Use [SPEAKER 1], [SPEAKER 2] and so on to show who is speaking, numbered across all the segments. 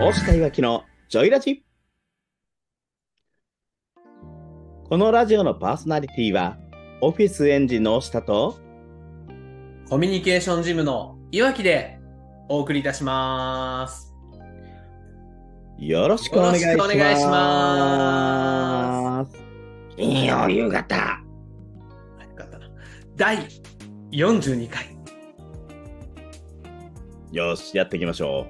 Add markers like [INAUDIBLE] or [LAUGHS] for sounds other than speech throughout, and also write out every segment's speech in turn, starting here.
[SPEAKER 1] 大下いわきのジョイラジこのラジオのパーソナリティはオフィスエンジンの大下と
[SPEAKER 2] コミュニケーションジムのいわきでお送りいたします。
[SPEAKER 1] よろしくお願いします
[SPEAKER 2] よろしくお願いしま
[SPEAKER 1] 金曜夕方
[SPEAKER 2] 早かったな。第42回。
[SPEAKER 1] よしやっていきましょ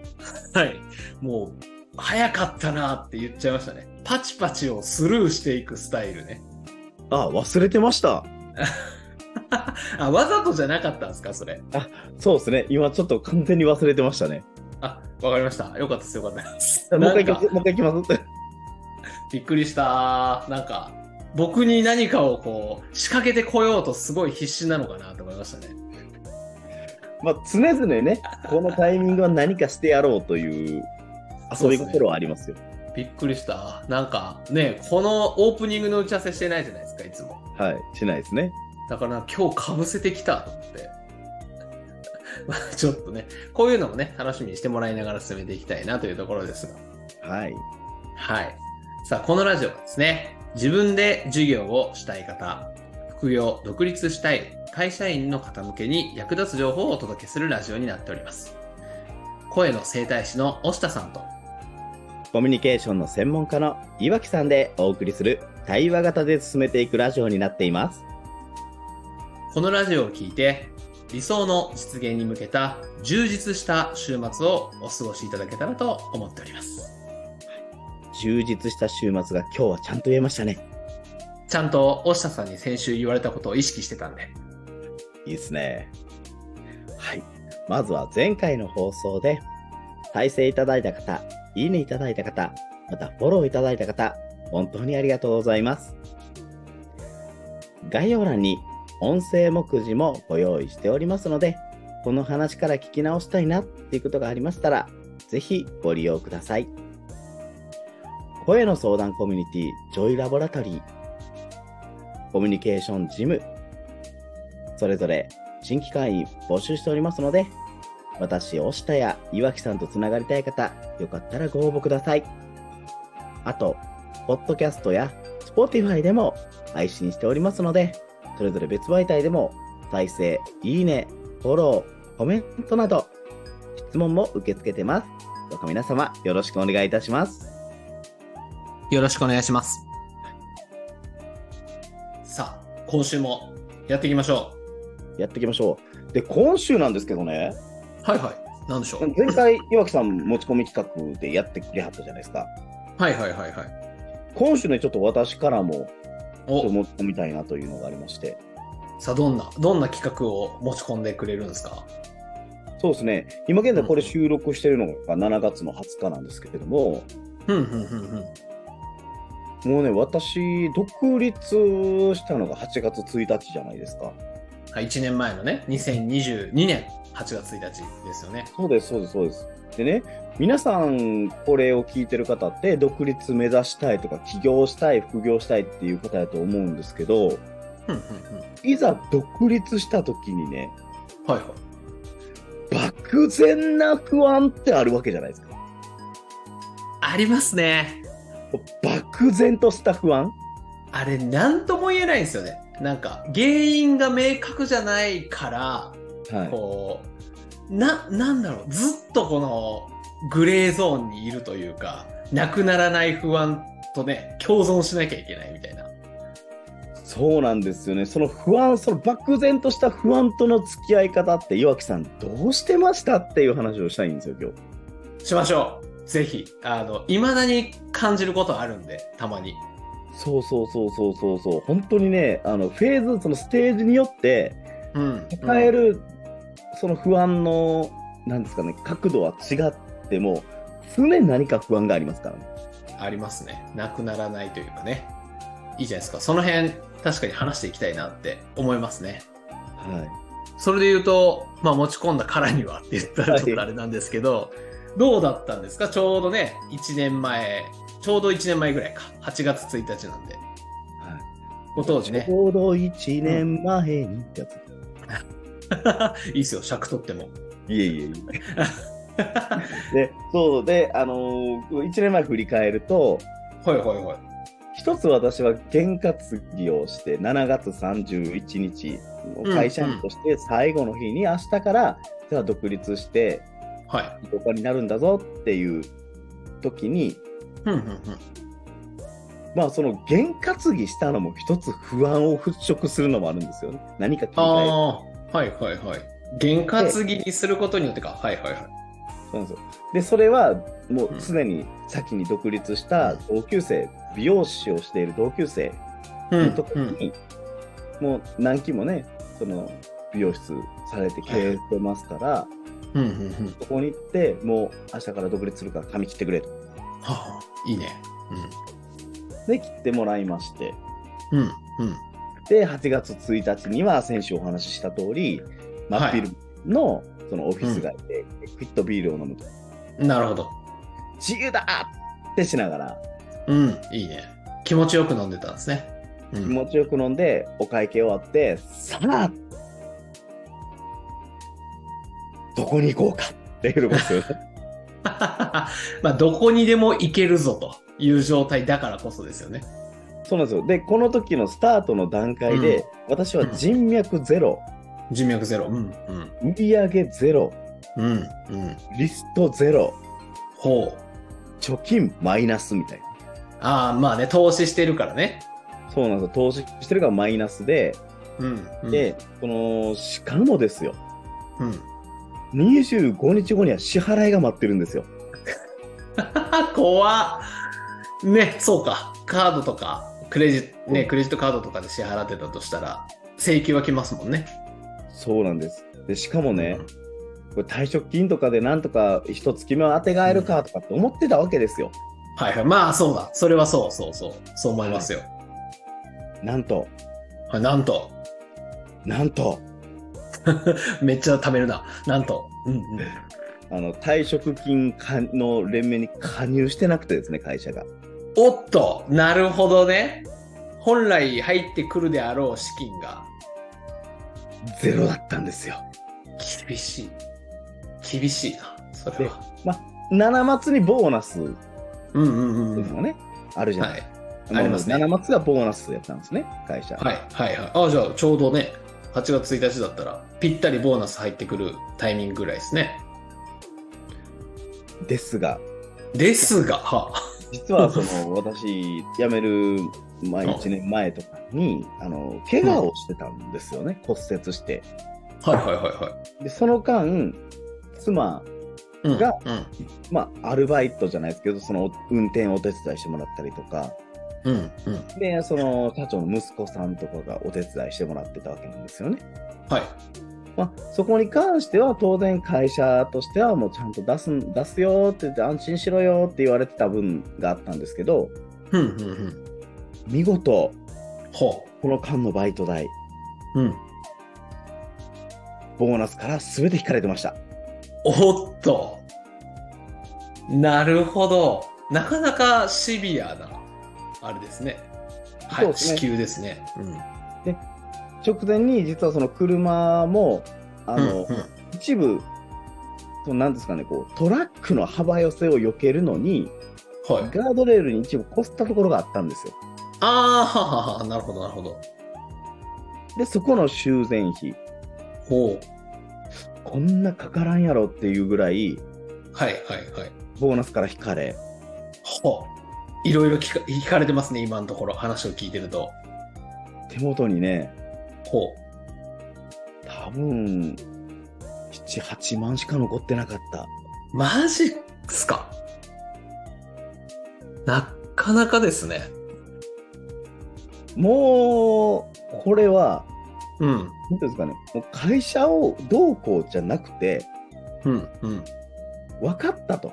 [SPEAKER 2] はい。もう、早かったなって言っちゃいましたね。パチパチをスルーしていくスタイルね。
[SPEAKER 1] うあ忘れてました
[SPEAKER 2] あ、わざとじゃなかったんですか、それ。
[SPEAKER 1] そうですね今ちょっと完全に忘れてましたね
[SPEAKER 2] あ、わかりました。よかったです、よかった [LAUGHS] です。
[SPEAKER 1] もう一回いき
[SPEAKER 2] なん
[SPEAKER 1] ます
[SPEAKER 2] か
[SPEAKER 1] もう一回いきます [LAUGHS]
[SPEAKER 2] びっくりした。なんか、僕に何かをこう、仕掛けてこようとすごい必死なのかなと思いましたね。
[SPEAKER 1] まあ常々ねこのタイミングは何かしてやろうという遊び心はありますよ
[SPEAKER 2] びっくりした。なんかね、このオープニングの打ち合わせしてないじゃないですか、いつも。
[SPEAKER 1] はいしないですね
[SPEAKER 2] だから今日かぶせてきたと思って。 [LAUGHS] まあちょっとね、こういうのもね、楽しみにしてもらいながら進めていきたいなというところですが。
[SPEAKER 1] はい
[SPEAKER 2] はい。さあ、このラジオはですね、自分で授業をしたい方、副業、独立したい、会社員の方向けに役立つ情報をお届けするラジオになっております。声の整体師の押田さんと、
[SPEAKER 1] コミュニケーションの専門家の岩木さんでお送りする対話型で進めていくラジオになっています。
[SPEAKER 2] このラジオを聞いて理想の実現に向けた充実した週末をお過ごしいただけたらと思っております
[SPEAKER 1] 充実した週末が今日はちゃんと言えましたね。
[SPEAKER 2] ちゃんと押下さんに先週言われたことを意識してたんで
[SPEAKER 1] いいですね。はい。まずは前回の放送で、再生いただいた方、いいねいただいた方、またフォローいただいた方、本当にありがとうございます。概要欄に音声目次もご用意しておりますので、この話から聞き直したいなっていうことがありましたら、ぜひご利用ください。声の相談コミュニティ、ジョイラボラトリー、コミュニケーションジムそれぞれ新規会員募集しておりますので、私、押下や岩木さんとつながりたい方、よかったらご応募ください。あと、ポッドキャストや Spotify でも配信しておりますので、それぞれ別媒体でも再生、いいね、フォロー、コメントなど、質問も受け付けてます。どうか皆様、よろしくお願いいたします。
[SPEAKER 2] よろしくお願いしますさあ今週もやっていきましょ
[SPEAKER 1] やっていきましょう。で、今週なんですけどね、
[SPEAKER 2] うはいはい何でしょう
[SPEAKER 1] 前回、岩木さん持ち込み企画でやってくれはったじゃないですか。
[SPEAKER 2] はいはいはいはい
[SPEAKER 1] 今週ね、ちょっと私からもちょっと
[SPEAKER 2] お
[SPEAKER 1] 持ち込みたいなというのがありまして、
[SPEAKER 2] さあどんなどんな企画を持ち込んでくれるんですか
[SPEAKER 1] そうですね、今現在これ
[SPEAKER 2] うん
[SPEAKER 1] 収録してるのが7月の20日なんですけれども、
[SPEAKER 2] うんうんうんうん
[SPEAKER 1] もうね、私、独立したのが8月1日じゃないですか。
[SPEAKER 2] 1年前のね2022年8月1日ですよね
[SPEAKER 1] そうです、そうです、そうです。でね、皆さん、これを聞いてる方って、独立目指したいとか、起業したい、副業したいっていう方だと思うんですけど、
[SPEAKER 2] うんうんうんはい
[SPEAKER 1] ざ独立した時にね、
[SPEAKER 2] いはい
[SPEAKER 1] 漠然な不安ってあるわけじゃないですか。
[SPEAKER 2] ありますね。
[SPEAKER 1] 漠然とした不安
[SPEAKER 2] あれ、なんとも言えないんですよね。なんか、原因が明確じゃないから、
[SPEAKER 1] はい。
[SPEAKER 2] こう、な、なんだろう、ずっとこの、グレーゾーンにいるというか、なくならない不安とね、共存しなきゃいけないみたいな。
[SPEAKER 1] そうなんですよね。その不安、その漠然とした不安との付き合い方って、岩木さん、どうしてましたっていう話をしたいんですよ、今日。
[SPEAKER 2] しましょう。ぜひ、あの、未だに感じることあるんで、たまに。
[SPEAKER 1] そうそうそうそうそうそう。本当にね、あのフェーズ、そのステージによって、
[SPEAKER 2] うん。
[SPEAKER 1] 抱える、その不安の、なんですかね、角度は違っても、常に何か不安がありますからね。
[SPEAKER 2] うんありますね。なくならないというかね。いいじゃないですか。その辺、確かに話していきたいなって思いますね。
[SPEAKER 1] は
[SPEAKER 2] それで言うと、まあ持ち込んだからにはって言ったらちょっとあれなんですけど、どうだったんですかちょうどね、1年前、ちょうど1年前ぐらいか。8月1日なんで。
[SPEAKER 1] い。はい、
[SPEAKER 2] ご当時
[SPEAKER 1] ち
[SPEAKER 2] ね。
[SPEAKER 1] ょうど1年前にってやつ。
[SPEAKER 2] [LAUGHS] いいっすよ、尺取っても。
[SPEAKER 1] いえいえいえ。で、そうで、あのー、1年前振り返ると、
[SPEAKER 2] はいはいはい。
[SPEAKER 1] 一つ私は験担ぎをして、7月31日、会社員として最後の日に、明日から、じゃあ独立して、
[SPEAKER 2] はい。
[SPEAKER 1] どこになるんだぞっていう時に、
[SPEAKER 2] うんうんうん。
[SPEAKER 1] まあ、その験担ぎしたのも一つ不安を払拭するのもあるんですよね。何か切り替える
[SPEAKER 2] ああ、はいはいはい。験担ぎにすることによってか。はいはいはい。
[SPEAKER 1] そうなんですよ。で、それはもう常に先に独立した同級生、美容師をしている同級生
[SPEAKER 2] うん
[SPEAKER 1] のとこ
[SPEAKER 2] うん
[SPEAKER 1] に、もう何期もね、その美容室されて経営してますから、
[SPEAKER 2] うんうんうん。
[SPEAKER 1] そこに行って、もう明日から独立するから髪切ってくれと。
[SPEAKER 2] はあ、いいね。
[SPEAKER 1] で、切ってもらいまして。
[SPEAKER 2] うん。うんうん。
[SPEAKER 1] で、8月1日には先週お話しした通り、マッピルのそのオフィス街で、クイットビールを飲むと、
[SPEAKER 2] なるほど。
[SPEAKER 1] 自由だってしながら、
[SPEAKER 2] うん、いいね。気持ちよく飲んでたんですね。う
[SPEAKER 1] 気
[SPEAKER 2] ん、
[SPEAKER 1] 持ちよく飲んで、お会計終わって、さあ、どこに行こうかっていうことです
[SPEAKER 2] [LAUGHS]
[SPEAKER 1] よね。
[SPEAKER 2] まあ、どこにでも行けるぞという状態だからこそですよね。
[SPEAKER 1] そうなんですよ。で、この時のスタートの段階で、
[SPEAKER 2] うん
[SPEAKER 1] 私は人脈ゼロ、
[SPEAKER 2] 人脈ゼロ。うん、うん、
[SPEAKER 1] 売上ゼロ、
[SPEAKER 2] うん、うん。
[SPEAKER 1] リストゼロ、
[SPEAKER 2] ほう。
[SPEAKER 1] 貯金マイナスみたいな。
[SPEAKER 2] ああ、まあね、投資してるからね。
[SPEAKER 1] そうなんですよ。投資してるからマイナスで、
[SPEAKER 2] うん、うん、
[SPEAKER 1] で、この、しかもですよ、
[SPEAKER 2] うん。 [LAUGHS]
[SPEAKER 1] 25日後には支払いが待ってるんですよ。
[SPEAKER 2] 怖っね、そうか。カードとか、クレジット、ね、クレジットカードとかで支払ってたとしたら、請求は来ますもんね。
[SPEAKER 1] そうなんです。で、しかもね、これ退職金とかでなんとか一月目を当てがえるかとかって思ってたわけですよ。
[SPEAKER 2] はいはい。まあ、そうだ。それはそうそうそう。そう思いますよ。
[SPEAKER 1] なんと、
[SPEAKER 2] はい、なんと。
[SPEAKER 1] なんと、
[SPEAKER 2] めっちゃ貯めるな。なんと。うんうん。
[SPEAKER 1] あの、退職金かの連盟に加入してなくてですね、会社が。
[SPEAKER 2] おっと、なるほどね。本来入ってくるであろう資金が
[SPEAKER 1] ゼロだったんですよ。
[SPEAKER 2] 厳しい。厳しいな、それは。
[SPEAKER 1] 七松にボーナス
[SPEAKER 2] うんうんう
[SPEAKER 1] です
[SPEAKER 2] ん。
[SPEAKER 1] よね、あるじゃない
[SPEAKER 2] はい。
[SPEAKER 1] あの
[SPEAKER 2] ありますね
[SPEAKER 1] 7松がボーナスやったんですね、会社。
[SPEAKER 2] はいはいはい。あじゃあちょうどね、8月1日だったら、ぴったりボーナス入ってくるタイミングぐらいですね。
[SPEAKER 1] ですが、
[SPEAKER 2] ですが、は
[SPEAKER 1] 実はそ
[SPEAKER 2] [LAUGHS]
[SPEAKER 1] の私、辞める前1年前とかにあの、怪我をしてたんですよね、骨折して。
[SPEAKER 2] あ、はいはいはいは
[SPEAKER 1] で、その間、妻、
[SPEAKER 2] い。うん、
[SPEAKER 1] が
[SPEAKER 2] うん、
[SPEAKER 1] まあ、アルバイトじゃないですけど、その運転をお手伝いしてもらったりとか、
[SPEAKER 2] うん、うん。
[SPEAKER 1] で、その社長の息子さんとかがお手伝いしてもらってたわけなんですよね。
[SPEAKER 2] はい。
[SPEAKER 1] まあ、そこに関しては当然会社としてはもうちゃんと出すん出すよって言って安心しろよって言われてた分があったんですけど
[SPEAKER 2] うん、うん、うん。
[SPEAKER 1] 見事
[SPEAKER 2] ほ
[SPEAKER 1] この間のバイト代
[SPEAKER 2] う。うん。
[SPEAKER 1] ボーナスから全て引かれてました
[SPEAKER 2] おっと。なるほど。なかなかシビアな、あれですね。は
[SPEAKER 1] そう
[SPEAKER 2] い、
[SPEAKER 1] ですね
[SPEAKER 2] 支給ですね。うん。
[SPEAKER 1] 直前に実はその車もあ
[SPEAKER 2] あ
[SPEAKER 1] の、
[SPEAKER 2] うん、うん
[SPEAKER 1] 一部そのなんですかねこうトラックの幅寄せを避けるのに
[SPEAKER 2] は
[SPEAKER 1] ガ
[SPEAKER 2] い。
[SPEAKER 1] ードレールに一部こすったところがあったんですよ
[SPEAKER 2] ああ、はははなるほど、なるほど。
[SPEAKER 1] でそこの修繕費
[SPEAKER 2] ほう。
[SPEAKER 1] こんなかからんやろっていうぐらい
[SPEAKER 2] はい、はい、はい。
[SPEAKER 1] ボーナスから引かれ
[SPEAKER 2] ほう。いろいろ聞か聞かれてますね、今のところ。話を聞いてると。
[SPEAKER 1] 手元にね
[SPEAKER 2] ほ
[SPEAKER 1] 多分7、8万しか残ってなかった。
[SPEAKER 2] う。マジっすか。なかなかですね。
[SPEAKER 1] もう、これは、
[SPEAKER 2] うん。
[SPEAKER 1] なんていうんですかね、もう会社をどうこうじゃなくて、
[SPEAKER 2] うん。うん。
[SPEAKER 1] 分かったと。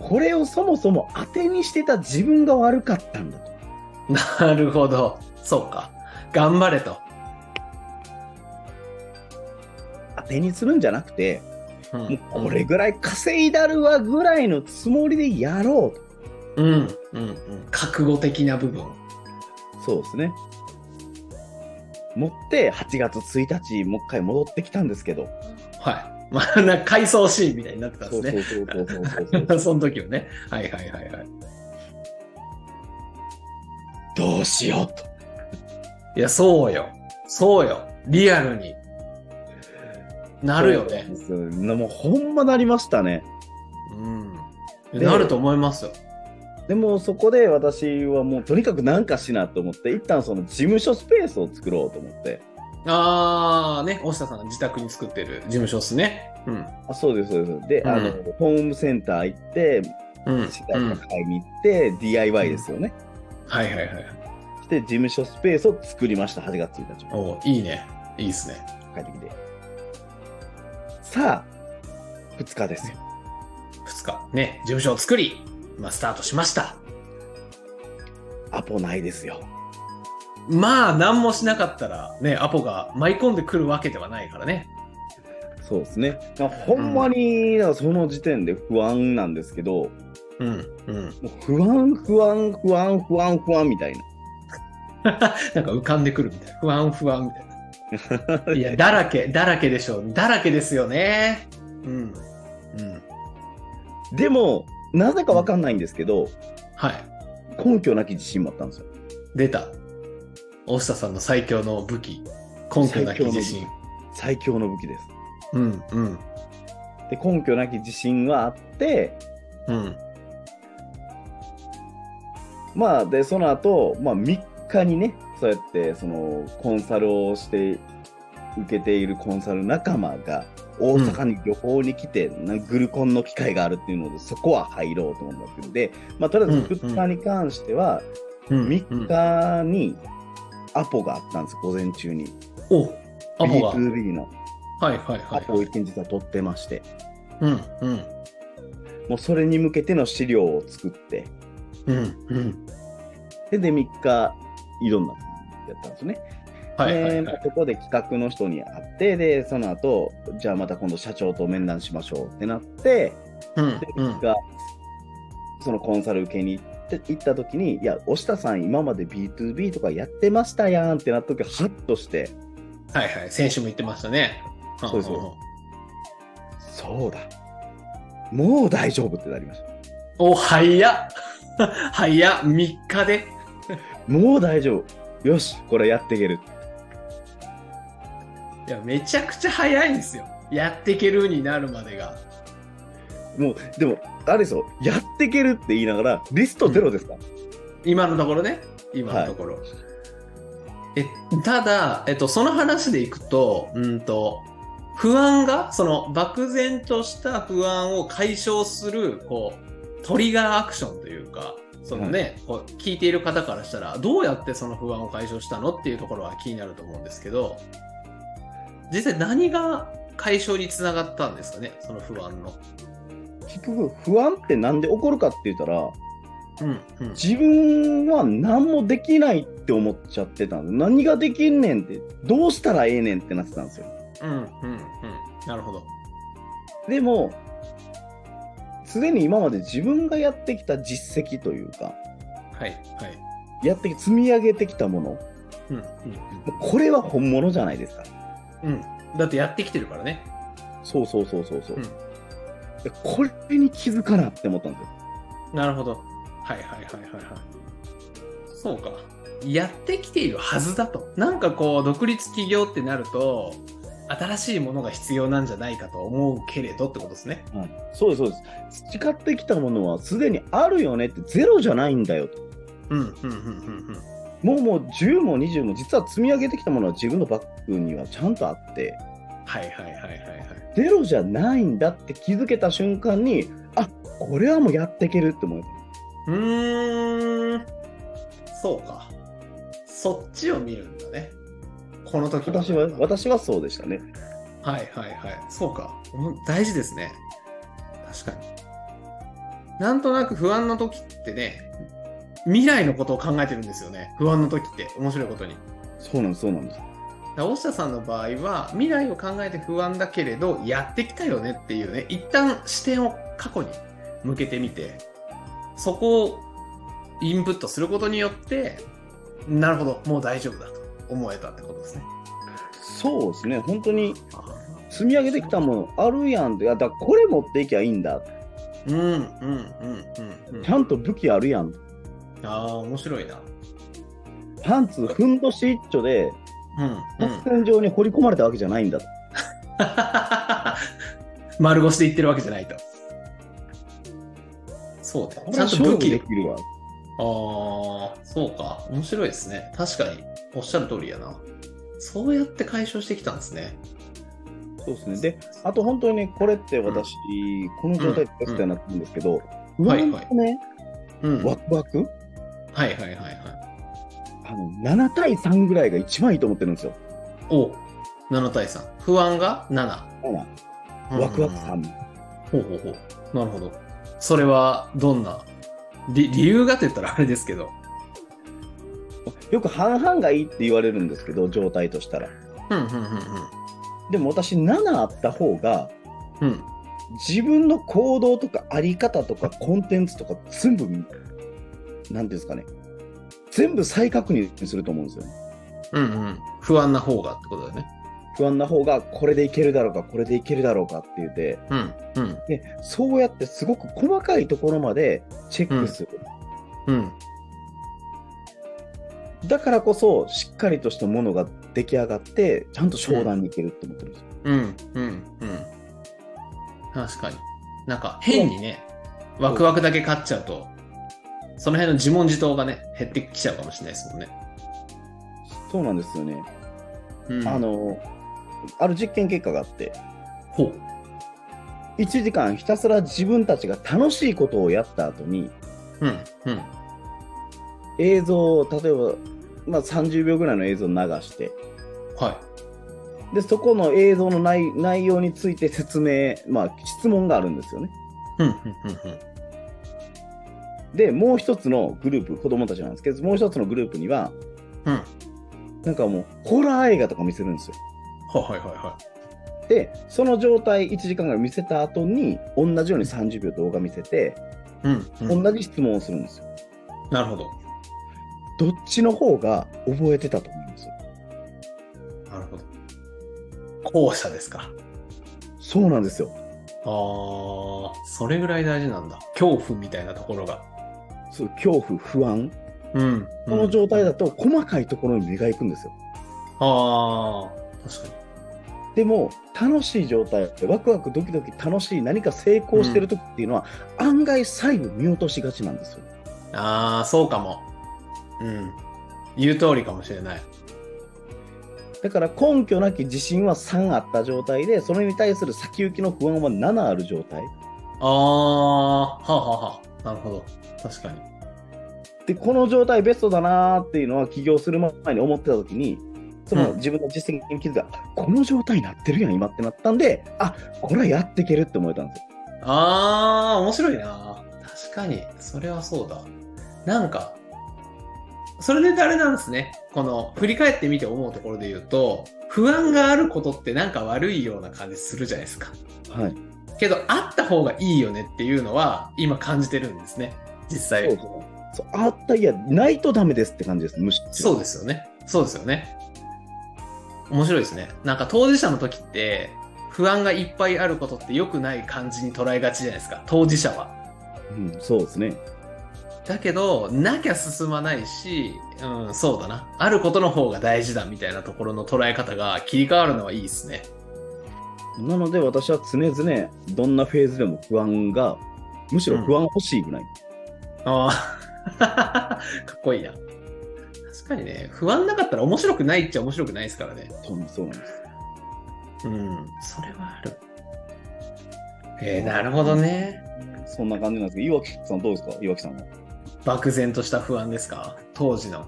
[SPEAKER 1] これをそもそも当てにしてた自分が悪かったんだと。
[SPEAKER 2] なるほど。そうか。頑張れと。
[SPEAKER 1] 当てにするんじゃなくて、
[SPEAKER 2] う
[SPEAKER 1] もうこれ。ぐらい稼いだるわぐらいのつもりでやろうと。
[SPEAKER 2] うん。うん。うん。覚悟的な部分。
[SPEAKER 1] そうですね。持って8月1日、もう一回戻ってきたんですけど、
[SPEAKER 2] はまあ、なんか回想シーンみたいになってたん
[SPEAKER 1] そう
[SPEAKER 2] です
[SPEAKER 1] そう
[SPEAKER 2] ね。
[SPEAKER 1] そうそうそうそう。
[SPEAKER 2] [LAUGHS] その時はね。はいはいはいはい。
[SPEAKER 1] どうしようと。
[SPEAKER 2] いや、そうよ。そうよ。リアルに。なるよね。
[SPEAKER 1] そうなんですよ。もうほんまなりましたね。
[SPEAKER 2] うん。
[SPEAKER 1] で
[SPEAKER 2] なると思いますよ。
[SPEAKER 1] でもそこで私はもうとにかくなんかしなと思って、一旦その事務所スペースを作ろうと思って。
[SPEAKER 2] あー、ね、大下さんが自宅に作ってる事務所っすね。うん。
[SPEAKER 1] あそうです、そうです。で、あの
[SPEAKER 2] う、
[SPEAKER 1] ホームセンター行って、
[SPEAKER 2] うん。
[SPEAKER 1] 資
[SPEAKER 2] う
[SPEAKER 1] 材と
[SPEAKER 2] ん
[SPEAKER 1] か買いに行って、DIY ですよね。
[SPEAKER 2] はいはいはい。
[SPEAKER 1] して、事務所スペースを作りました、8月1日。
[SPEAKER 2] おーいいね。いいっすね。
[SPEAKER 1] 帰ってきて。さあ、2日ですよ。
[SPEAKER 2] 2日。ね、事務所を作り、まあ、スタートしました。
[SPEAKER 1] アポないですよ。
[SPEAKER 2] まあ、何もしなかったら、ね、アポが舞い込んでくるわけではないからね。
[SPEAKER 1] そうですね。だからほんまに、だからその時点で不安なんですけど、
[SPEAKER 2] うん、うん。
[SPEAKER 1] もう不安、不安、不安、不安、不安みたいな。
[SPEAKER 2] なんか浮かんでくるみたいな。不安不安みたい
[SPEAKER 1] [LAUGHS]
[SPEAKER 2] な。いや、だらけ、だらけでしょう。だらけですよね。うん。うん。
[SPEAKER 1] でも、なぜかわかんないんですけど、
[SPEAKER 2] はい。
[SPEAKER 1] 根拠なき自信もあったんですよ。
[SPEAKER 2] 出た。大下さんの最強の武器。根拠なき自信。
[SPEAKER 1] 最強の武器です。
[SPEAKER 2] うん、うん、
[SPEAKER 1] で、根拠なき自信はあって、
[SPEAKER 2] うん。
[SPEAKER 1] まあ、で、その後、まあ、3日にね、そうやって、その、コンサルをして、受けているコンサル仲間が、大阪に旅行に来て、なグルコンの機会があるっていうので、そこは入ろうと思ってるんで、まあ、とりあえず2日に関しては、
[SPEAKER 2] うん、うん。
[SPEAKER 1] 3日にアポがあったんです、午前中に。
[SPEAKER 2] おアポが。
[SPEAKER 1] B2B の
[SPEAKER 2] はいはいは
[SPEAKER 1] ア
[SPEAKER 2] い
[SPEAKER 1] ポを一日は取ってまして、
[SPEAKER 2] うん、うん、
[SPEAKER 1] もうそれに向けての資料を作って、
[SPEAKER 2] うん、うん。
[SPEAKER 1] で、で3日、いろんなことやったんですね。
[SPEAKER 2] はいは
[SPEAKER 1] で、
[SPEAKER 2] い
[SPEAKER 1] ま
[SPEAKER 2] は
[SPEAKER 1] あ
[SPEAKER 2] い。
[SPEAKER 1] ここで企画の人に会って、で、その後、じゃあまた今度社長と面談しましょうってなって、
[SPEAKER 2] うん、うん。
[SPEAKER 1] がそのコンサル受けに行って行った時に、いや、押田さん今まで B2B とかやってましたやんってなった時は、ハッとして、
[SPEAKER 2] はいはい、先週も言ってましたね。
[SPEAKER 1] そうそうそうだ。もう大丈夫ってなりました。
[SPEAKER 2] お、早っ [LAUGHS] 早っ !3 日で
[SPEAKER 1] もう大丈夫。よし、これやっていける。
[SPEAKER 2] いや、めちゃくちゃ早いんですよ。やっていけるになるまでが。
[SPEAKER 1] もう、でも、あれですよ、やっていけるって言いながら、リストゼロですか、
[SPEAKER 2] 今のところね。今のところ。えただ、えっと、その話でいくと、うんと、不安が、その、漠然とした不安を解消する、こう、トリガーアクションというか、そのね、こう聞いている方からしたら、どうやってその不安を解消したのっていうところは気になると思うんですけど、実際何が解消につながったんですかね、その不安の。
[SPEAKER 1] 結局、不安ってなんで起こるかって言ったら、
[SPEAKER 2] うん、うん。
[SPEAKER 1] 自分は何もできないって思っちゃってたんです。何ができんねんって、どうしたらええねんってなってたんですよ。
[SPEAKER 2] うん、うん、うん。なるほど。
[SPEAKER 1] でも、すでに今まで自分がやってきた実績というか、
[SPEAKER 2] はい、はい。
[SPEAKER 1] やって積み上げてきたもの、
[SPEAKER 2] うん、うん、
[SPEAKER 1] これは本物じゃないですか。
[SPEAKER 2] うん。うん。だってやってきてるからね。
[SPEAKER 1] そうそうそうそうそう。
[SPEAKER 2] うん
[SPEAKER 1] でこれに気づかなって思ったんですよ。
[SPEAKER 2] なるほど。はいはいはいはいはい。そうか。やってきているはずだと。なんかこう、独立起業ってなると、新しいものが必要なんじゃないかと思うけれどってことですね。
[SPEAKER 1] そうですそうです培ってきたものはすでにあるよねってゼロじゃないんだよと
[SPEAKER 2] うん、うん、うん、うん、
[SPEAKER 1] もうもう10も20も実は積み上げてきたものは自分のバッグにはちゃんとあって
[SPEAKER 2] うん。はいはいはいはいはい。
[SPEAKER 1] ゼロじゃないんだって気づけた瞬間にあこれはもうやっていけるって思えた
[SPEAKER 2] うーん。そうか。そっちを見るんだね。この時
[SPEAKER 1] 私は私はそうでしたね
[SPEAKER 2] はいはいはい。そうか。うん大事ですね。確かに。なんとなく不安の時ってね、未来のことを考えてるんですよね。不安の時って、面白いことに。
[SPEAKER 1] そうなんですそうなんです
[SPEAKER 2] だ大下さんの場合は、未来を考えて不安だけれど、やってきたよねっていうね、一旦視点を過去に向けてみて、そこをインプットすることによって、なるほど、もう大丈夫だと思えたってことですね。
[SPEAKER 1] そうですね本当に積み上げてきたものあるやんって、いやだからこれ持っていきゃいいんだ。
[SPEAKER 2] うんうんうんうんうん
[SPEAKER 1] ちゃんと武器あるやん。
[SPEAKER 2] ああ面白いな
[SPEAKER 1] パンツ、ふんどし一丁で、
[SPEAKER 2] うんうん
[SPEAKER 1] 作戦上に掘り込まれたわけじゃないんだと。
[SPEAKER 2] [LAUGHS] 丸腰で言ってるわけじゃないと。そうだよ。ちゃんと
[SPEAKER 1] これ勝
[SPEAKER 2] 武
[SPEAKER 1] 負で
[SPEAKER 2] 器で。
[SPEAKER 1] きるわ。
[SPEAKER 2] ああ、そうか。面白いですね。確かに、おっしゃる通りやな。そうやって解消してきたんですね。
[SPEAKER 1] そうですね。で、あと本当にね、これって私、この状態で出したようになってるんですけど、
[SPEAKER 2] ん
[SPEAKER 1] 不
[SPEAKER 2] はい
[SPEAKER 1] 安とね、
[SPEAKER 2] うん。は
[SPEAKER 1] ワ
[SPEAKER 2] い
[SPEAKER 1] クワク、
[SPEAKER 2] はいはいはい。
[SPEAKER 1] あの、7対3ぐらいが一番いいと思ってるんですよ。
[SPEAKER 2] お7対3。不安が7。うん
[SPEAKER 1] ワクワク3。
[SPEAKER 2] ほうほうほう。なるほど。それは、どんな理理由がって言ったらあれですけど。
[SPEAKER 1] よく半々がいいって言われるんですけど、状態としたら。
[SPEAKER 2] うんうん
[SPEAKER 1] でも私、7あった方が、
[SPEAKER 2] うんうん。うん。
[SPEAKER 1] 自分の行動とか、あり方とか、コンテンツとか、全部、なんていうんですかね、全部再確認すると思うんですよね。
[SPEAKER 2] うんうん。不安な方がってことだよね。
[SPEAKER 1] 不安な方が、これでいけるだろうか、これでいけるだろうかって言って、
[SPEAKER 2] うんうん。
[SPEAKER 1] でそうやってすごく細かいところまでチェックする、
[SPEAKER 2] うん。
[SPEAKER 1] だからこそしっかりとしたものが出来上がってちゃんと商談に行けるって思ってるんですよ、
[SPEAKER 2] うんうんうん。確かに。なんか変にね、ワクワクだけ勝っちゃうと、その辺の自問自答がね、減ってきちゃうかもしれないですもんね。
[SPEAKER 1] そうなんですよね、
[SPEAKER 2] うん、
[SPEAKER 1] あ、のある実験結果があって
[SPEAKER 2] ほう。
[SPEAKER 1] 1時間ひたすら自分たちが楽しいことをやった後に
[SPEAKER 2] うんうん
[SPEAKER 1] 映像を例えば、まあ、30秒ぐらいの映像を流して
[SPEAKER 2] は
[SPEAKER 1] でそこの映像の内内容について説明、まあ、質問があるんですよね
[SPEAKER 2] い。うんうんうん
[SPEAKER 1] でもう一つのグループ子供たちなんですけどもう一つのグループには
[SPEAKER 2] うん。うん。
[SPEAKER 1] なんかもうホラー映画とか見せるんですよ。
[SPEAKER 2] はいはいはいは
[SPEAKER 1] で、その状態1時間ぐらい見せた後に、同じように30秒動画見せて、
[SPEAKER 2] い。うん、うん。
[SPEAKER 1] 同じ質問をするんですよ。
[SPEAKER 2] なるほど。
[SPEAKER 1] どっちの方が覚えてたと思います
[SPEAKER 2] なるほど。後者ですか。
[SPEAKER 1] そうなんですよ。
[SPEAKER 2] あー、それぐらい大事なんだ。恐怖みたいなところが。
[SPEAKER 1] そう恐怖、不安。
[SPEAKER 2] うん。
[SPEAKER 1] この状態だと細かいところに目が行くんですよ。
[SPEAKER 2] あー、確かに。
[SPEAKER 1] でも、楽しい状態、ワクワクドキドキ楽しい何か成功してる時っていうのは、案外細部見落としがちなんですよ。
[SPEAKER 2] ああ、そうかも。うん。言う通りかもしれない。
[SPEAKER 1] だから根拠なき自信は3あった状態で、それに対する先行きの不安は7ある状態。
[SPEAKER 2] ああ、はあ、はあはあ、なるほど。確かに。
[SPEAKER 1] でこの状態ベストだなーっていうのは起業する前に思ってた時にそうの
[SPEAKER 2] ん
[SPEAKER 1] 自分の実績に気づいた、あこの状態になってるやん今ってなったんであこれはやっていけるって思えたんですよ
[SPEAKER 2] ああ、面白いな。確かに。それはそうだ。なんか、それで誰なんですね。この、振り返ってみて思うところで言うと、不安があることってなんか悪いような感じするじゃないですか。
[SPEAKER 1] はい
[SPEAKER 2] けど、あった方がいいよねっていうのは、今感じてるんですね。実際。
[SPEAKER 1] そうあったいやないとダメですって感じですむしろ
[SPEAKER 2] そうですよね。そうですよね。面白いですね。なんか当事者の時って、不安がいっぱいあることって良くない感じに捉えがちじゃないですか。当事者は。
[SPEAKER 1] うん、そうですね
[SPEAKER 2] だけど、なきゃ進まないし、うん、そうだな。あることの方が大事だみたいなところの捉え方が切り替わるのはいいですね。
[SPEAKER 1] なので私は常々どんなフェーズでも不安がむしろ不安欲しいぐらい、
[SPEAKER 2] ああ、 [LAUGHS] かっこいいな。確かにね、不安なかったら面白くないっちゃ面白くないですからね。
[SPEAKER 1] そうそうなんです
[SPEAKER 2] うん、それはある。えー、なるほどね。
[SPEAKER 1] そんな感じなんですけど岩城さんどうですか岩城さんは
[SPEAKER 2] 漠然とした不安ですか当時の。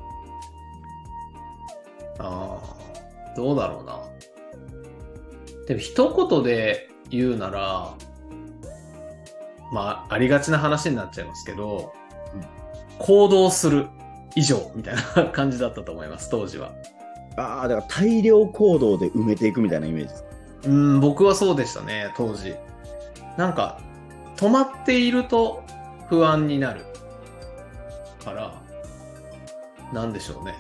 [SPEAKER 2] ああ、どうだろうな。でも一言で言うなら、まあ、ありがちな話になっちゃいますけど、
[SPEAKER 1] うん
[SPEAKER 2] 行動する以上みたいな感じだったと思います、当時は。
[SPEAKER 1] ああだから大量行動で埋めていくみたいなイメージです
[SPEAKER 2] うん、僕はそうでしたね、当時。なんか、止まっていると不安になるから、なんでしょうね。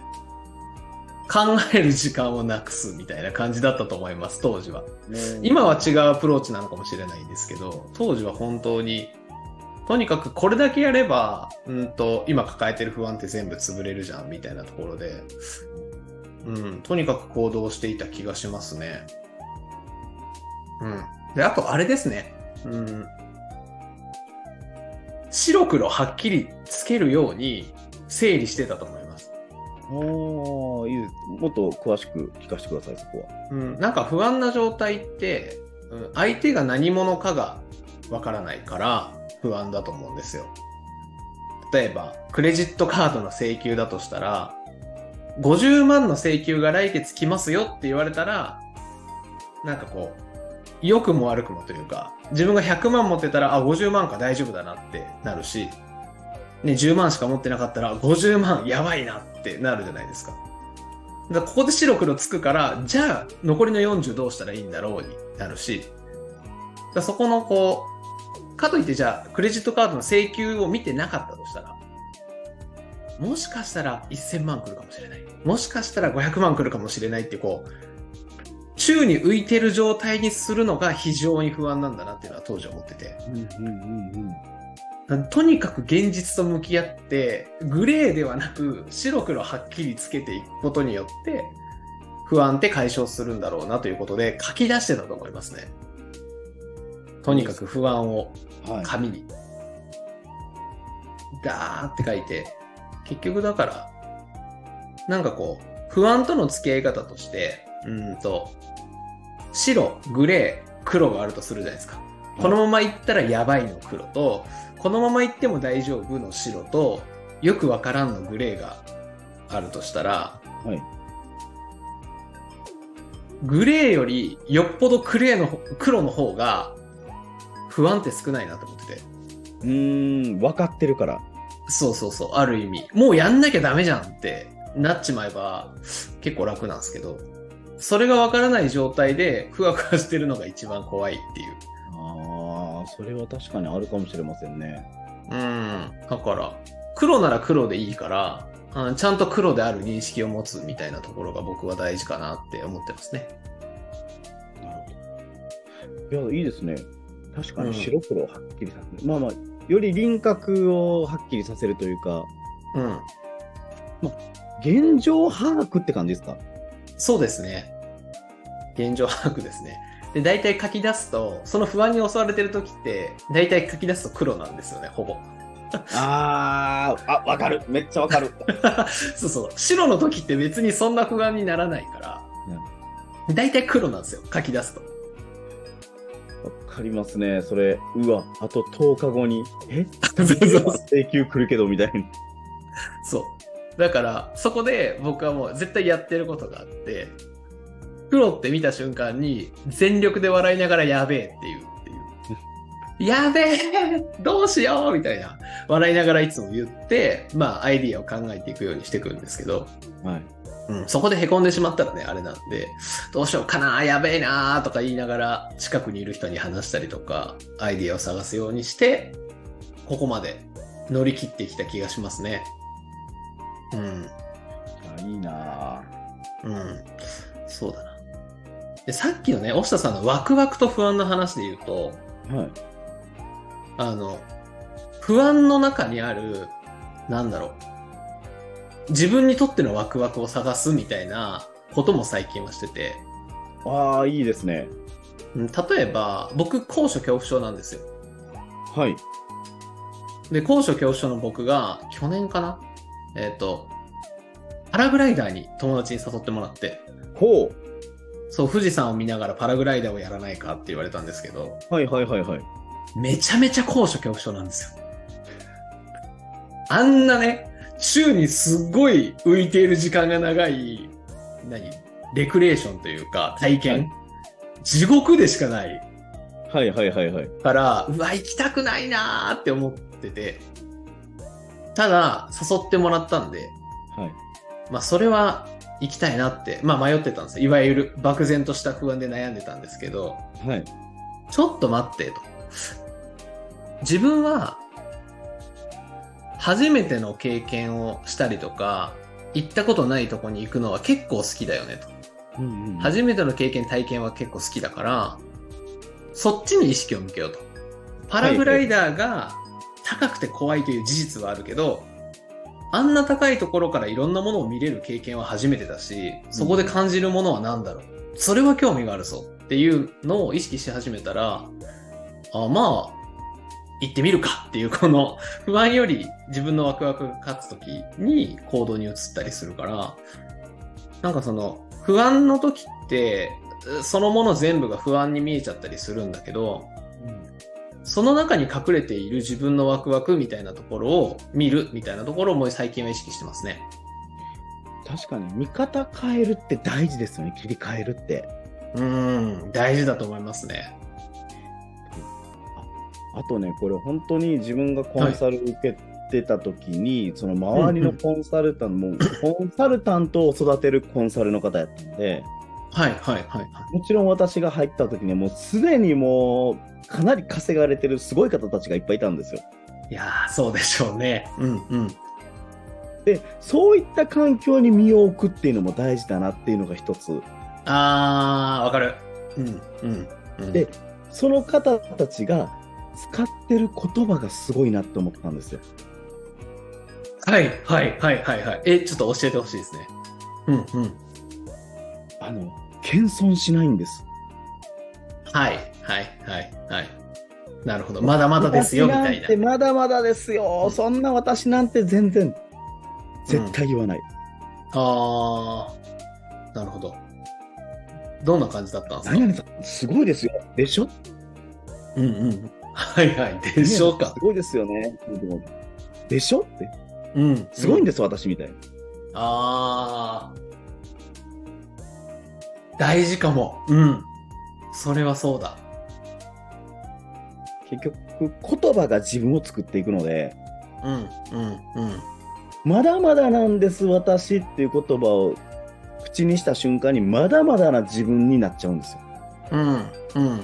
[SPEAKER 2] 考える時間をなくすみたいな感じだったと思います、当時は。今は違うアプローチなのかもしれないんですけど、当時は本当に、とにかくこれだけやれば、うんと、今抱えてる不安って全部潰れるじゃん、みたいなところで、うん、とにかく行動していた気がしますね。うん。で、あとあれですね。うん。白黒はっきりつけるように整理してたと思います。
[SPEAKER 1] おーいいですもっと詳しく聞かせてください、そこは。
[SPEAKER 2] うん、なんか不安な状態って、うん、相手が何者かがわからないから不安だと思うんですよ。例えば、クレジットカードの請求だとしたら、50万の請求が来月来ますよって言われたら、なんかこう、良くも悪くもというか、自分が100万持ってたら、あ、50万か大丈夫だなってなるし、ね、10万しか持ってなかったら、50万やばいなってなるじゃないですか。だからここで白黒つくから、じゃあ残りの40どうしたらいいんだろうになるし、だからそこのこう、かといってじゃあクレジットカードの請求を見てなかったとしたら、もしかしたら1000万来るかもしれない。もしかしたら500万来るかもしれないってこう、宙に浮いてる状態にするのが非常に不安なんだなっていうのは当時思ってて。
[SPEAKER 1] うんうんうんうん。
[SPEAKER 2] とにかく現実と向き合ってグレーではなく白黒はっきりつけていくことによって不安って解消するんだろうなということで書き出してたと思いますね。とにかく不安を
[SPEAKER 1] はい。
[SPEAKER 2] 紙に。ダーって書いて、結局だから、なんかこう、不安との付き合い方として、うーんと、白、グレー、黒があるとするじゃないですか。このまま行ったらやばいの黒と、このまま行っても大丈夫の白と、よくわからんのグレーがあるとしたら、
[SPEAKER 1] はい
[SPEAKER 2] グレーよりよっぽどクレーの黒の方が不安って少ないなと思ってて。
[SPEAKER 1] うーん、分かってるから。
[SPEAKER 2] そうそうそう、ある意味。もうやんなきゃダメじゃんってなっちまえば結構楽なんですけど、それがわからない状態でふわふわしてるのが一番怖いっていう。
[SPEAKER 1] ああ、それは確かにあるかもしれませんね。
[SPEAKER 2] うん。だから、黒なら黒でいいから、うんちゃんと黒である認識を持つみたいなところが僕は大事かなって思ってますね。
[SPEAKER 1] いや、いいですね。確かに白黒をはっきりさせる。まあまあ、より輪郭をはっきりさせるというか、
[SPEAKER 2] うん。
[SPEAKER 1] 現状把握って感じですか
[SPEAKER 2] そうですね。現状把握ですね。で、大体書き出すと、その不安に襲われてる時って、大体書き出すと黒なんですよね、ほぼ。
[SPEAKER 1] ああ、あ、わかる。めっちゃわかる。
[SPEAKER 2] そうそう。白の時って別にそんな不安にならないから、大体黒なんですよ、書き出すと。
[SPEAKER 1] わかりますね、それ。うわ、あと10日後に、え
[SPEAKER 2] [LAUGHS] そうそうそう
[SPEAKER 1] 請求来るけど、みたいな。
[SPEAKER 2] そう。だから、そこで僕はもう絶対やってることがあって、黒って見た瞬間に全力で笑いながらやべえって言うっていう。やべえどうしようみたいな。笑いながらいつも言って、まあアイディアを考えていくようにしていくんですけど、
[SPEAKER 1] はい。
[SPEAKER 2] うん、そこで凹んでしまったらね、あれなんで、どうしようかな、やべえなとか言いながら、近くにいる人に話したりとか、アイディアを探すようにして、ここまで乗り切ってきた気がしますね。うん、
[SPEAKER 1] いやいいなぁ
[SPEAKER 2] うん、そうだな。で、さっきのね、押下さんのワクワクと不安の話で言うと、
[SPEAKER 1] はい。
[SPEAKER 2] あの、不安の中にある、なんだろう、自分にとってのワクワクを探すみたいなことも最近はしてて、
[SPEAKER 1] ああ、いいですね。
[SPEAKER 2] うん例えば僕高所恐怖症なんですよ
[SPEAKER 1] はい。
[SPEAKER 2] で高所恐怖症の僕が去年かなえっ、とパラグライダーに友達に誘ってもらって
[SPEAKER 1] ほ
[SPEAKER 2] そう富士山を見ながらパラグライダーをやらないかって言われたんですけど
[SPEAKER 1] う。はいはいはいはい。
[SPEAKER 2] めちゃめちゃ高所恐怖症なんですよあんなね宙にすっごい浮いている時間が長い何レクレーションというか体験、
[SPEAKER 1] はい
[SPEAKER 2] 地獄でしかない
[SPEAKER 1] はいはいはいはい。
[SPEAKER 2] から、うわ、行きたくないなーって思ってて、ただ、誘ってもらったんで、
[SPEAKER 1] はい。
[SPEAKER 2] まあ、それは行きたいなって、まあ、迷ってたんですよ。いわゆる漠然とした不安で悩んでたんですけど、
[SPEAKER 1] はい。
[SPEAKER 2] ちょっと待って、と。自分は、初めての経験をしたりとか、行ったことないとこに行くのは結構好きだよねと。
[SPEAKER 1] うんうん、
[SPEAKER 2] 初めての経験体験は結構好きだから、そっちに意識を向けようと。パラグライダーが高くて怖いという事実はあるけど、あんな高いところからいろんなものを見れる経験は初めてだし、そこで感じるものは何だろう。それは興味があるぞっていうのを意識し始めたら、あまあ、行ってみるかっていうこの [LAUGHS] 不安より自分のワクワクが勝つ時に行動に移ったりするから、なんかその不安の時ってそのもの全部が不安に見えちゃったりするんだけど、その中に隠れている自分のワクワクみたいなところを見るみたいなところをもう最近は意識してますね。
[SPEAKER 1] 確かに見方変えるって大事ですよね切り替えるって
[SPEAKER 2] うん、大事だと思いますね。
[SPEAKER 1] あとねこれ本当に自分がコンサル受けてた時に、その周りのコンサルタント、もうコンサルタントを育てるコンサルの方やったんで
[SPEAKER 2] はいはいはいはい。
[SPEAKER 1] もちろん私が入った時にはもうすでにもうかなり稼がれてるすごい方たちがいっぱいいたんですよ
[SPEAKER 2] いやー、そうでしょうね。うんうん。
[SPEAKER 1] でそういった環境に身を置くっていうのも大事だなっていうのが一つ
[SPEAKER 2] あー、わかる。うんうん、うん。
[SPEAKER 1] でその方たちが使ってる言葉がすごいなって思ったんですよ
[SPEAKER 2] はいはいはいはいはい。え、ちょっと教えてほしいですね。うんうん。
[SPEAKER 1] あの謙遜しないんです
[SPEAKER 2] はいはいはいはい。なるほど。まだまだですよみたい
[SPEAKER 1] 私ん
[SPEAKER 2] な。
[SPEAKER 1] てまだまだですよそんな私なんて全然絶対言わない、
[SPEAKER 2] あー、なるほど。どんな感じだったんです
[SPEAKER 1] 何々さ
[SPEAKER 2] か
[SPEAKER 1] んすごいですよでしょ
[SPEAKER 2] うんうん。はいはい。でしょ
[SPEAKER 1] ね
[SPEAKER 2] うか
[SPEAKER 1] す。ごいですよねでしょって
[SPEAKER 2] うん。
[SPEAKER 1] すごいん
[SPEAKER 2] だ。
[SPEAKER 1] です、私みたいな
[SPEAKER 2] あー。大事かも。うん。それはそうだ。
[SPEAKER 1] 結局言葉が自分を作っていくので
[SPEAKER 2] うんうんうん。
[SPEAKER 1] まだまだなんです私っていう言葉を口にした瞬間にまだまだな自分になっちゃうんですよ
[SPEAKER 2] うんうんうん。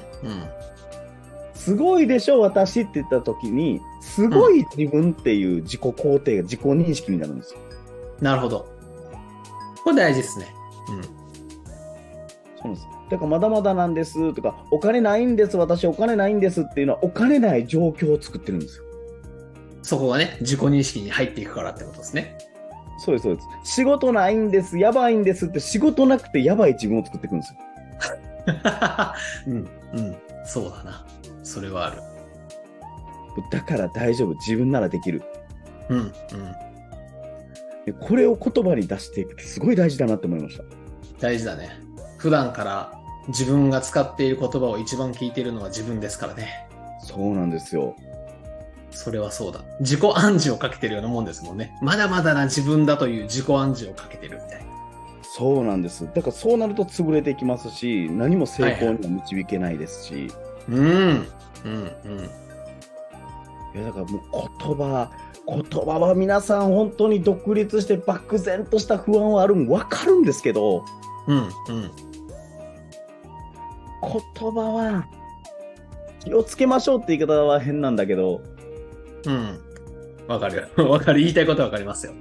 [SPEAKER 1] すごいでしょ私って言った時にすごい自分っていう自己肯定が自己認識になるんですよ
[SPEAKER 2] なるほど。これ大事ですね。うん。
[SPEAKER 1] そうなんですだからまだまだなんですとかお金ないんです私お金ないんですっていうのはお金ない状況を作ってるんですよ
[SPEAKER 2] そこがね、自己認識に入っていくからってことです [LAUGHS] ね。
[SPEAKER 1] そうですそうです仕事ないんですやばいんですって仕事なくてやばい自分を作っていくんですよ
[SPEAKER 2] うん、うん、そうだな。それはある。
[SPEAKER 1] だから大丈夫自分ならできる
[SPEAKER 2] うん、うん。
[SPEAKER 1] でこれを言葉に出していくってすごい大事だなって思いました
[SPEAKER 2] 大事だね。普段から自分が使っている言葉を一番聞いているのは自分ですからね。
[SPEAKER 1] そうなんですよ
[SPEAKER 2] それはそうだ。自己暗示をかけてるようなもんですもんね。まだまだな自分だという自己暗示をかけてるみたいな。
[SPEAKER 1] そうなんですだからそうなると潰れていきますし何も成功には導けないですし、
[SPEAKER 2] うん、うん、うん。
[SPEAKER 1] いやだからもう言葉言葉は皆さん本当に独立して漠然とした不安はあるん分かるんですけど
[SPEAKER 2] うん、うん。
[SPEAKER 1] 言葉は気をつけましょうって言い方は変なんだけど
[SPEAKER 2] うん。わかる。 [LAUGHS] わかる。言いたいことはわかりますよ。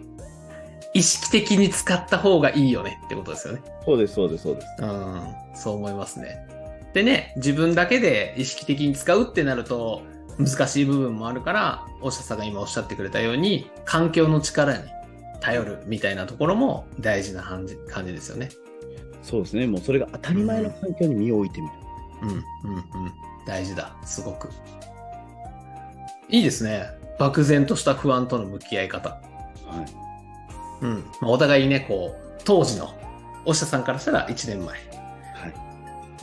[SPEAKER 2] 意識的に使った方がいいよねってことですよね。
[SPEAKER 1] そうですそうですそうです
[SPEAKER 2] うん。そう思いますね。でね、自分だけで意識的に使うってなると難しい部分もあるから、お医者さんが今おっしゃってくれたように、環境の力に頼るみたいなところも大事な感じ感じですよね。
[SPEAKER 1] そうですねもうそれが当たり前の環境に身を置いてみる、
[SPEAKER 2] うん、うん、うん。大事だ。すごく。いいですね。漠然とした不安との向き合い方。
[SPEAKER 1] はい、
[SPEAKER 2] うん。まあ、お互いにね、こう、当時の、お医者さんからしたら1年前、
[SPEAKER 1] はい、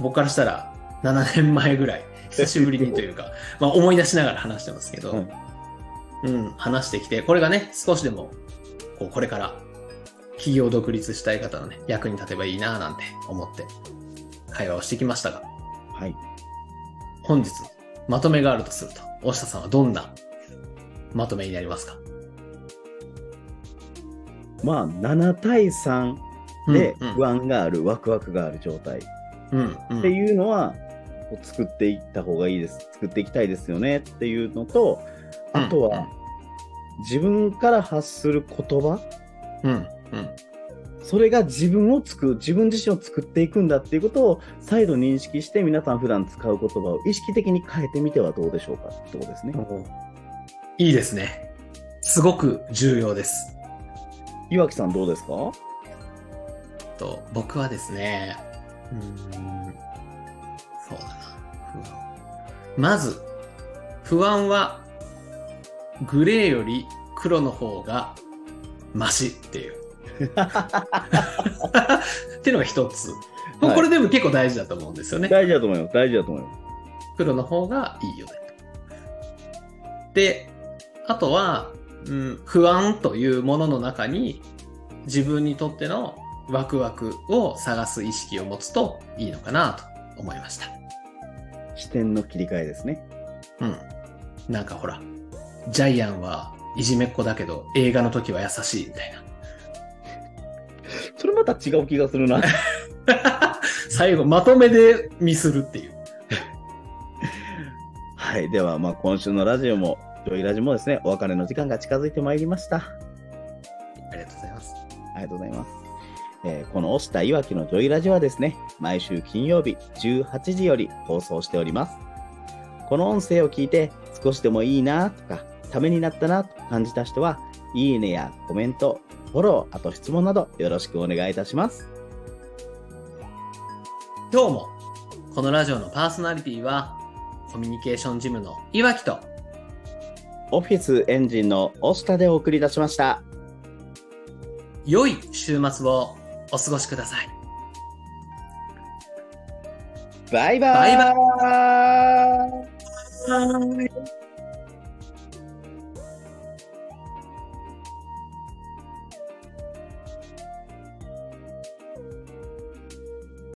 [SPEAKER 2] 僕からしたら7年前ぐらい、久しぶりにと [LAUGHS] いうか、まあ思い出しながら話してますけど、
[SPEAKER 1] はい
[SPEAKER 2] うん、話してきて、これがね、少しでも、こう、これから、企業独立したい方のね、役に立てばいいなぁなんて思って、会話をしてきましたが、
[SPEAKER 1] はい、
[SPEAKER 2] 本日、まとめがあるとすると、大下さんはどんなまとめになりますか
[SPEAKER 1] まあ7対3で
[SPEAKER 2] うん
[SPEAKER 1] 不安がある、ワクワクがある状態っ
[SPEAKER 2] うん、うん、
[SPEAKER 1] ていうのは、こう作っていった方がいいです作っていきたいですよねっていうのとあとは、自分から発する言葉
[SPEAKER 2] うん、うん
[SPEAKER 1] それが自分を作る自分自身を作っていくんだっていうことを再度認識して皆さん普段使う言葉を意識的に変えてみてはどうでしょうかってことですね。
[SPEAKER 2] いいですね。すごく重要です。
[SPEAKER 1] 岩木さんどうですか
[SPEAKER 2] と僕はですね、うーん、そうだな、不安。まず、不安は、グレーより黒の方が、マシっていう。っていうのが一つ。もうこれでも結構大事だと思うんですよね。
[SPEAKER 1] 大事だと思います。大事だと思います。
[SPEAKER 2] 黒の方がいいよね。で、あとは、うん、不安というものの中に自分にとってのワクワクを探す意識を持つといいのかなと思いました。
[SPEAKER 1] 視点の切り替えですね。
[SPEAKER 2] うん。なんかほら、ジャイアンはいじめっ子だけど映画の時は優しいみたいな。
[SPEAKER 1] それまた違う気がするな。
[SPEAKER 2] 最後まとめでミスるっていう。
[SPEAKER 1] はい。では、まあ、今週のラジオも、ジョイラジもですね、お別れの時間が近づいてまいりました。
[SPEAKER 2] ありがとうございます。
[SPEAKER 1] ありがとうございます。えーこの押したいわきのジョイラジはですね、毎週金曜日18時より放送しております。この音声を聞いて少しでもいいなとか、ためになったなと感じた人は、いいねやコメント、フォロー、あと質問などよろしくお願いいたします。
[SPEAKER 2] 今日もこのラジオのパーソナリティはコミュニケーションジムのいわきと
[SPEAKER 1] オフィスエンジンの押したでお送り出しました。
[SPEAKER 2] 良い週末をお過ごしください。
[SPEAKER 1] バイバーイ
[SPEAKER 2] バ
[SPEAKER 1] バ
[SPEAKER 2] イ
[SPEAKER 1] ーイ
[SPEAKER 2] はい。